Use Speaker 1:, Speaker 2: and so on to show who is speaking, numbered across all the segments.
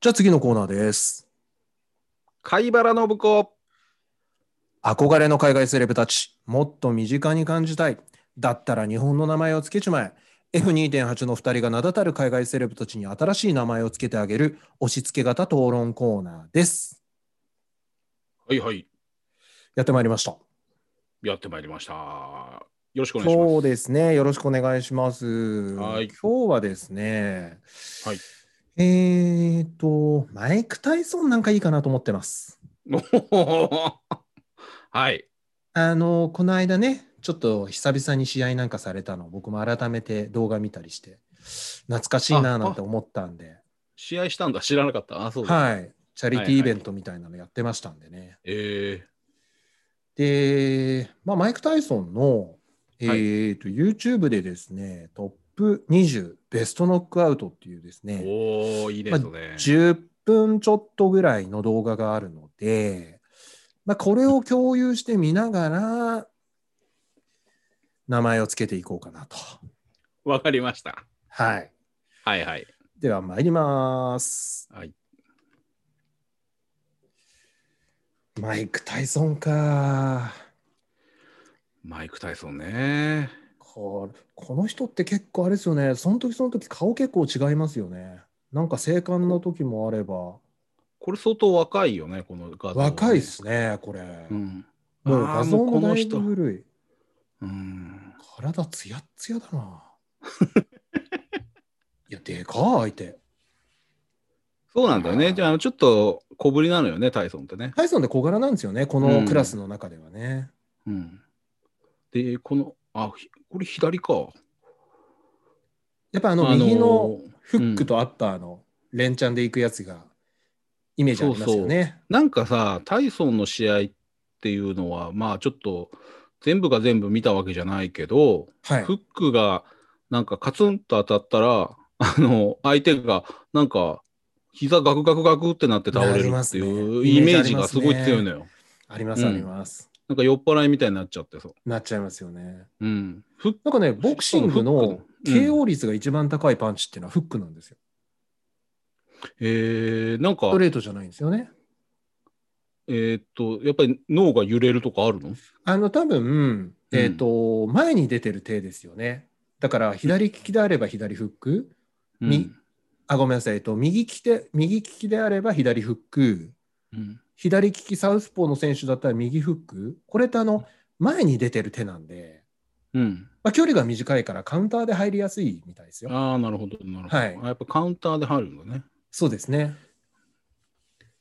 Speaker 1: じゃあ次のコーナーです。
Speaker 2: 貝原信子。
Speaker 1: 憧れの海外セレブたち、もっと身近に感じたい。だったら日本の名前を付けちまえ。F2.8 の2人が名だたる海外セレブたちに新しい名前を付けてあげる押し付け型討論コーナーです。
Speaker 2: はいはい。
Speaker 1: やってまいりました。
Speaker 2: やってまいりました。よろしくお願いします。
Speaker 1: そうですね。よろしくお願いします。
Speaker 2: はい
Speaker 1: 今日はですね、
Speaker 2: はい
Speaker 1: えーと、マイク・タイソンなんかいいかなと思ってます。
Speaker 2: はい。
Speaker 1: あのこの間ね、ちょっと久々に試合なんかされたの、僕も改めて動画見たりして、懐かしいななんて思ったんで、
Speaker 2: 試合したんだ。知らなかった。あ、そうだ。
Speaker 1: はい、チャリティーイベントみたいなのやってましたんでね。
Speaker 2: え
Speaker 1: で、まあ、マイク・タイソンの、え
Speaker 2: はい
Speaker 1: ーと YouTube でですね、トップ20ベストノックアウトっていうです
Speaker 2: ー、
Speaker 1: ね、
Speaker 2: おー、いいですね。
Speaker 1: 10分ちょっとぐらいの動画があるので、まあ、これを共有して見ながら、名前をつけていこうかなと。
Speaker 2: わ、かりました。
Speaker 1: はい。
Speaker 2: はいはい。
Speaker 1: では参ります。
Speaker 2: はい。
Speaker 1: マイク・タイソンか。
Speaker 2: マイク・タイソンね。
Speaker 1: ここの人って結構あれですよね。その時その時顔結構違いますよね。なんか生還の時もあれば。
Speaker 2: これ相当若いよね、この画像、
Speaker 1: 若いっ。すね、これ。
Speaker 2: うん。
Speaker 1: もう
Speaker 2: あー
Speaker 1: 画像
Speaker 2: もう
Speaker 1: も
Speaker 2: この
Speaker 1: だい
Speaker 2: 人
Speaker 1: ぶ古い。
Speaker 2: うん。
Speaker 1: 体ツヤッツヤだ な。いや、でかい相手。
Speaker 2: そうなんだよ
Speaker 1: あー
Speaker 2: ね。じゃあ、ちょっと小ぶりなのよね、タイソンってね。
Speaker 1: タイソンって小柄なんですよね、このクラスの中ではね。
Speaker 2: うん。で、この、あ、ひこれ左か。
Speaker 1: やっぱあの
Speaker 2: あのー
Speaker 1: 右のフックとアッパーの連チャンでいくやつがイメージありますよね。
Speaker 2: なんかさ、タイソンの試合っていうのは、まあちょっと全部が全部見たわけじゃないけど、
Speaker 1: はい
Speaker 2: フ。ックがなんかカツンと当たったら、 あの、相手がなんか膝ガクガクガクってなって倒れる
Speaker 1: なりま
Speaker 2: って
Speaker 1: すね
Speaker 2: いう
Speaker 1: イ
Speaker 2: イ
Speaker 1: メ
Speaker 2: メ
Speaker 1: ー
Speaker 2: ー
Speaker 1: ジ
Speaker 2: ジ
Speaker 1: ありま
Speaker 2: が
Speaker 1: すね
Speaker 2: すごい強いのよ。
Speaker 1: あります、あります。
Speaker 2: なんか酔っ払いみたいになっちゃってそう。
Speaker 1: なっちゃいますよね。
Speaker 2: うん。フッ
Speaker 1: なんかね、ボクシング
Speaker 2: フッ
Speaker 1: の
Speaker 2: クうん
Speaker 1: KO 率が一番高いパンチっていうのはフックなんですよ。
Speaker 2: えー、なんか
Speaker 1: スト、レートじゃないんですよね。
Speaker 2: えーっと、やっぱり脳が揺れるとかあるの
Speaker 1: あの、多分、えっ、と、前に出てる手ですよね。だから、左利きであれば左フック。
Speaker 2: うん
Speaker 1: みあ、ごめんなさい。えっと、右利きで、右利きであれば左フック。
Speaker 2: うん。
Speaker 1: 左利きサウスポーの選手だったら右フック。これってあの、前に出てる手なんで、
Speaker 2: うん。
Speaker 1: まあ、距離が短いからカウンターで入りやすいみたいですよ。
Speaker 2: ああ、なるほど、なるほど。
Speaker 1: はい
Speaker 2: あやっぱカウンターで入るんだね。
Speaker 1: そうですね。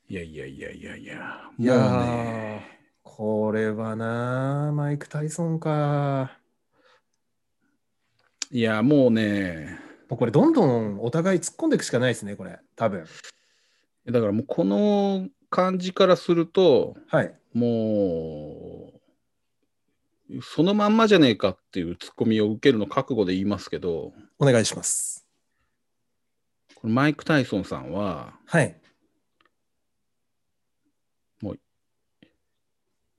Speaker 2: いやいやいやいやいや。
Speaker 1: いや
Speaker 2: もう
Speaker 1: ー、
Speaker 2: ね
Speaker 1: これはなー、マイク・タイソンか。
Speaker 2: いや、もうね。
Speaker 1: もうこれ、どんどんお互い突っ込んでいくしかないですね、これ、多分
Speaker 2: だからもうこの感じからすると、
Speaker 1: はい。
Speaker 2: もう、そのまんまじゃねえかっていうツッコミを受けるの覚悟で言いますけど、
Speaker 1: お願いします。
Speaker 2: このマイク・タイソンさんは、
Speaker 1: はい。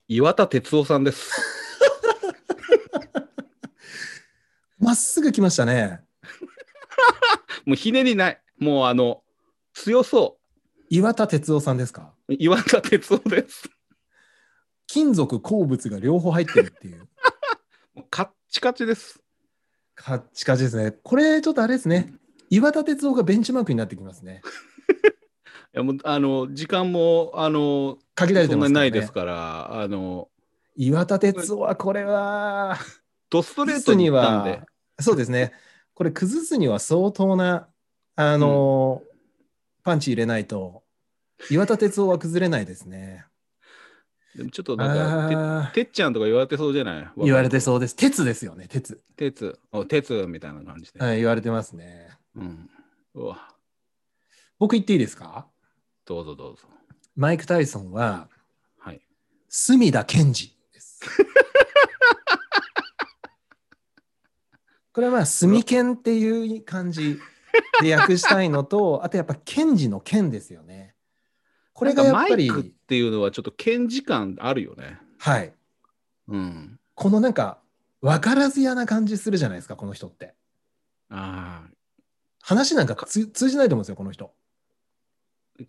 Speaker 2: 岩田哲夫さんです。
Speaker 1: まっすぐ来ましたね。
Speaker 2: もうひねりない。もうあの、強そ
Speaker 1: 岩田哲夫さんですか
Speaker 2: う。岩田哲夫です。
Speaker 1: 金属、鉱物が両方入ってるっていう。
Speaker 2: もうカッチカチです。
Speaker 1: カッチカチですね。これ、ちょっとあれですね。岩田哲夫がベンチマークになってきますね。
Speaker 2: いやもうあの時間もあの
Speaker 1: 限られて
Speaker 2: そん
Speaker 1: ま
Speaker 2: な
Speaker 1: すからね
Speaker 2: にないですから、あの、
Speaker 1: 岩田哲夫は、これは、
Speaker 2: ドストレ
Speaker 1: 崩
Speaker 2: ー
Speaker 1: す
Speaker 2: トに
Speaker 1: に
Speaker 2: 行ったんで
Speaker 1: は、、そうですね、これ崩すには相当な、あのーパンチ入れないと、岩田哲夫は崩れないですね。
Speaker 2: でもちょっとなんか、
Speaker 1: あー
Speaker 2: ててっちゃんとか言われてそうじゃない
Speaker 1: 言われて
Speaker 2: う。
Speaker 1: そうです。鉄ですよね、鉄。
Speaker 2: てつ、おてつみたいな感じで。
Speaker 1: はい、言われてますね。
Speaker 2: うん。うわ、
Speaker 1: 僕言っていいですか
Speaker 2: どうぞどうぞ。
Speaker 1: マイク・タイソンは、
Speaker 2: はい。
Speaker 1: 隅田健二 です。これはまあ、隅健っていう感じで訳したいの と、あとやっぱ健二の健ですよね。こ
Speaker 2: こ
Speaker 1: れがやっぱり
Speaker 2: マイクっていうのはちょっと検事感あるよね。
Speaker 1: はい。
Speaker 2: うん。
Speaker 1: このなんか、分からずやな感じするじゃないですか、この人って。
Speaker 2: ああ。
Speaker 1: 話なんかつ通じないと思うんですよ、この人。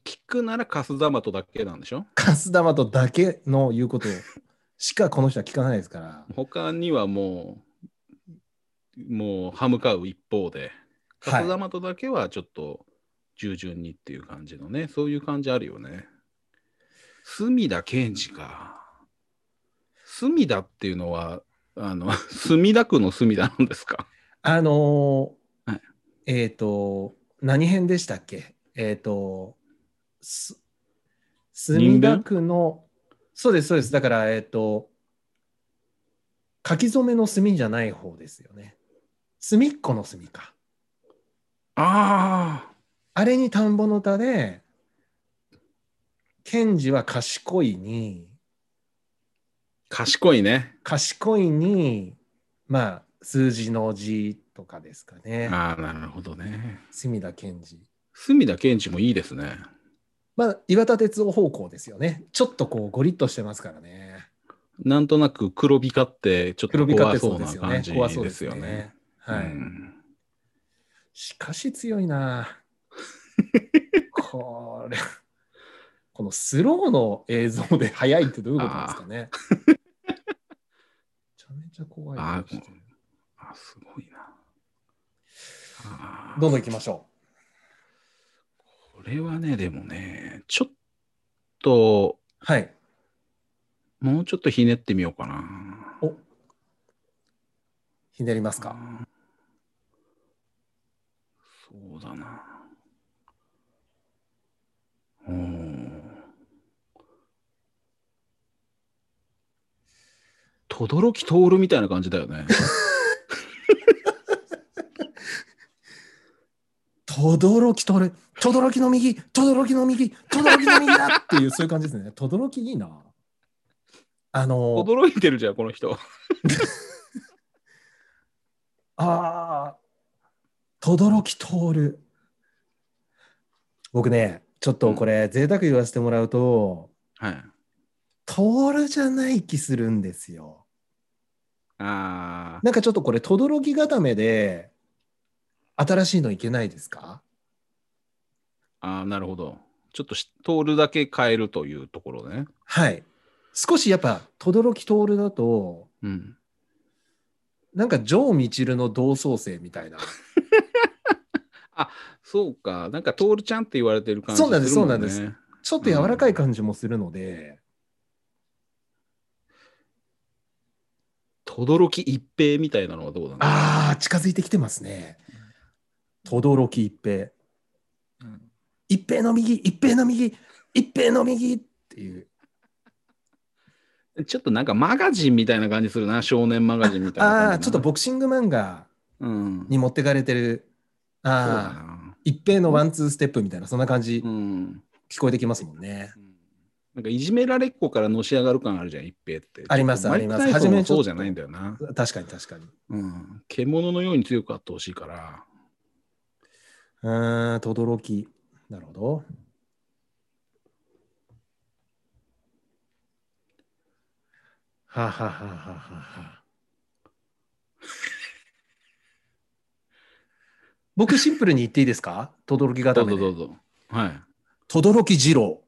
Speaker 2: 聞くならカスダマトだけなんでしょ
Speaker 1: カス玉とだけの言うことしかこの人は聞かないです から。
Speaker 2: 他にはもう、もう歯向かう一方で、
Speaker 1: は
Speaker 2: カ
Speaker 1: い
Speaker 2: スダマトだけはちょっと従順にっていう感じのね、そういう感じあるよね。隅田健二か。隅田っていうのは、あの、 墨田区の隅田なんですか
Speaker 1: あのー
Speaker 2: はい
Speaker 1: えっ、と、何編でしたっけえっ、と、す墨田区の、そうです、そうです。だから、えっ、と、書き初めの墨じゃない方ですよね。墨っこの墨か。
Speaker 2: ああ、
Speaker 1: あれに田んぼの田で、賢治は賢いに、
Speaker 2: 賢いね。
Speaker 1: 賢いに、まあ、数字の字とかですかね。
Speaker 2: ああ、なるほどね。
Speaker 1: 隅田賢治。
Speaker 2: 隅田健二もいいですね。
Speaker 1: まあ、岩田哲夫方向ですよね。ちょっとこう、ゴリッとしてますからね。
Speaker 2: なんとなく黒光って、ちょっ
Speaker 1: 黒
Speaker 2: と
Speaker 1: 光って
Speaker 2: 怖そ
Speaker 1: そうう
Speaker 2: な
Speaker 1: ですよ
Speaker 2: 感
Speaker 1: ね。
Speaker 2: じ
Speaker 1: 怖そう
Speaker 2: で
Speaker 1: ですす
Speaker 2: よ
Speaker 1: よ
Speaker 2: ね。
Speaker 1: ね。はい。
Speaker 2: うん
Speaker 1: しかし強いな。 これ、このスローの映像で速いってどういうことなんですかね。めちゃめちゃ怖い
Speaker 2: あ
Speaker 1: 顔してる。
Speaker 2: あすごいな。あー
Speaker 1: どんどん行きましょ
Speaker 2: これはね、でもね、ちょっと、
Speaker 1: う。はい。
Speaker 2: もうちょっとひねってみようかな。
Speaker 1: おひねります
Speaker 2: あ
Speaker 1: か。
Speaker 2: ーそうだな。うん。轟徹みたいな感じだよね。
Speaker 1: 轟々木とる。轟々木の右、轟々木の右、轟々木の右だっていう、そういう感じですね。轟々木いいな。あの、
Speaker 2: 驚いてるじゃん、この人。
Speaker 1: ああ、轟き通る。僕ね、ちょっとこれ、贅沢言わせてもらうと、
Speaker 2: はい。
Speaker 1: 通るじゃない気するんですよ。
Speaker 2: ああ。
Speaker 1: なんかちょっとこれ、轟き固めで、新しいのいけないですか
Speaker 2: ああ、なるほど。ちょっとし通るだけ変えるというところね。
Speaker 1: はい。少しやっぱ、轟き通るだと、
Speaker 2: うん。
Speaker 1: なんか、ジョー・ミチルの同窓生みたいな。
Speaker 2: そうか。なんか、通るちゃんって言われてる感じ
Speaker 1: そうなんです
Speaker 2: るも
Speaker 1: そう
Speaker 2: ね。
Speaker 1: ちょっと柔らかい感じもするので、
Speaker 2: 轟き一平みたいなのはどうなの
Speaker 1: ああ、近づいてきてますね。轟き一平。
Speaker 2: うん
Speaker 1: 一平の右、一平の右、一平の右っていう。
Speaker 2: ちょっとなんかマガジンみたいな感じするな。少年マガジンみたいな感じだ
Speaker 1: あ
Speaker 2: な。
Speaker 1: あー、ちょっとボクシング漫画
Speaker 2: うん。
Speaker 1: に持ってかれてる、
Speaker 2: そうだ
Speaker 1: ああ、
Speaker 2: な
Speaker 1: 一平のワンツーステップみたいな、そんな感じ
Speaker 2: うん。
Speaker 1: 聞こえてきますもんね。
Speaker 2: なんか、いじめられっ子からのし上がる感あるじゃん、一平って。
Speaker 1: ありますあります
Speaker 2: 初
Speaker 1: 初
Speaker 2: め
Speaker 1: めちょっ
Speaker 2: そう
Speaker 1: と
Speaker 2: じゃないんだよな。
Speaker 1: 確かに確かに。
Speaker 2: うん。獣のように強くあってほしいから。
Speaker 1: うーん、とどろき。なるほど。はははははは。僕シンプルに言っていいですかとどろきが
Speaker 2: ど
Speaker 1: ダ
Speaker 2: う
Speaker 1: メ
Speaker 2: ぞど
Speaker 1: で
Speaker 2: う。ぞ。はい。
Speaker 1: とどろき二郎。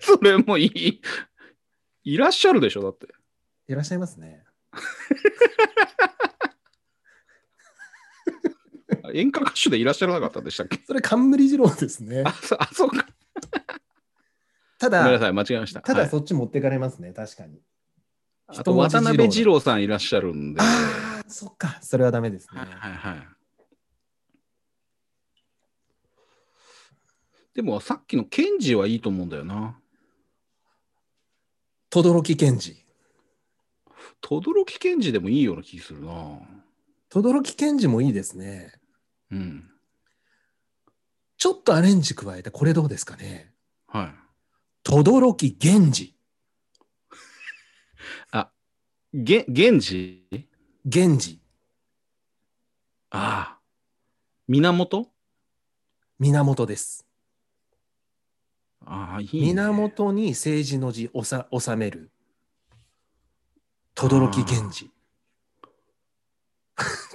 Speaker 2: それもいい。いらっしゃるでしょ、だって。
Speaker 1: いらっしゃいますね。
Speaker 2: 演歌歌手でいらっしゃらなかったんでしたっけ
Speaker 1: それ冠二郎ですね
Speaker 2: あ。、そあそうか。
Speaker 1: た
Speaker 2: ごめんな
Speaker 1: だ、
Speaker 2: さい、間違えました。
Speaker 1: た
Speaker 2: は
Speaker 1: だ
Speaker 2: い
Speaker 1: そっち持ってかれますね、確かに。
Speaker 2: あと渡辺二
Speaker 1: 郎。
Speaker 2: 郎さんいらっしゃるんで。は
Speaker 1: ああ、そっか、それはダメです
Speaker 2: い
Speaker 1: ね。
Speaker 2: はいはい。でもさっきのケンジはいいと思うんだよな。
Speaker 1: とどろき賢治。
Speaker 2: 轟ケンジでもいいような気するな。
Speaker 1: とどろき賢治もいいですね。
Speaker 2: うん。
Speaker 1: ちょっとアレンジ加えて、これどうですかね。
Speaker 2: はい。
Speaker 1: とどろき源氏。
Speaker 2: げ、源氏
Speaker 1: 源氏。
Speaker 2: ああ。源
Speaker 1: 源です。
Speaker 2: ああ、いい、ね。
Speaker 1: 源に政治の字おさ、収める。とどろき源氏。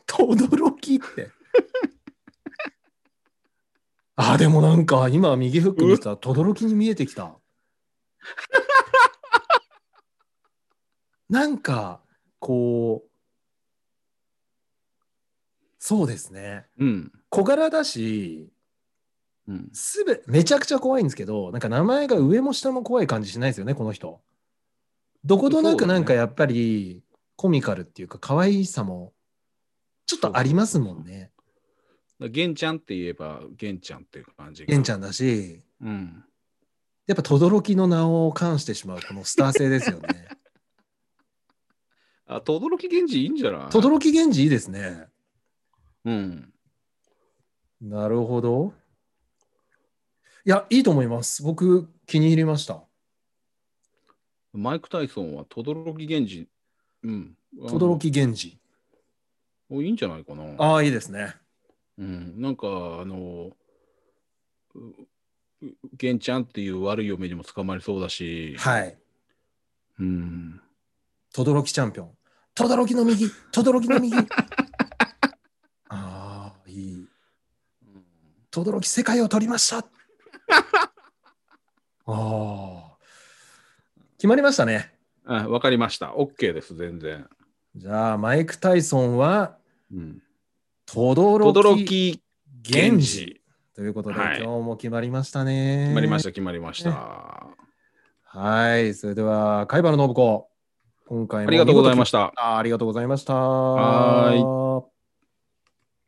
Speaker 1: とどろきって。 あー、でもなんか今右フック見てた、轟に見えてきた。なんか、こう、そうですね。
Speaker 2: うん。
Speaker 1: 小柄だし、
Speaker 2: うん。
Speaker 1: すべ、めちゃくちゃ怖いんですけど、なんか名前が上も下も怖い感じしないですよね、この人。どことなくなんかやっぱりコミカルっていうか、可愛さもちょっとありますもんね。
Speaker 2: 玄ちゃんって言えば、玄ちゃんっていう感じが。
Speaker 1: 玄ち
Speaker 2: ゃ
Speaker 1: ゃんだし、
Speaker 2: ん。うん。
Speaker 1: やっぱ轟の名を冠してしまうこのスター性ですよ ね。
Speaker 2: あ、轟源氏いいんじゃない
Speaker 1: 轟源氏いいですね。
Speaker 2: うん。
Speaker 1: なるほど。いや、いいと思います。僕、気に入りました。
Speaker 2: マイク・タイソンは轟源氏。うん。
Speaker 1: 轟源氏。
Speaker 2: あの。おいいんじゃないかな。
Speaker 1: ああ、いいですね。
Speaker 2: うん。なんか、あの、うう玄ちゃんっていう悪い嫁にも捕まりそうだし。
Speaker 1: はい。
Speaker 2: うん。
Speaker 1: 轟チャンピオン。轟の右、轟の右。 ああ、いい。轟世界を取りました。あ あ。決まりましたね。
Speaker 2: あ、わかりました。OK です、全然。
Speaker 1: じゃあ、マイク・タイソンは、
Speaker 2: うん。
Speaker 1: 轟
Speaker 2: 轟源
Speaker 1: 源
Speaker 2: 氏
Speaker 1: 氏。。ということで、
Speaker 2: はい
Speaker 1: 今日も決まりましたね。
Speaker 2: 決まりました、決まりました。
Speaker 1: はい、それでは、貝原信子、今回も
Speaker 2: ありがとうございました。
Speaker 1: た。ありがとうございました。
Speaker 2: はー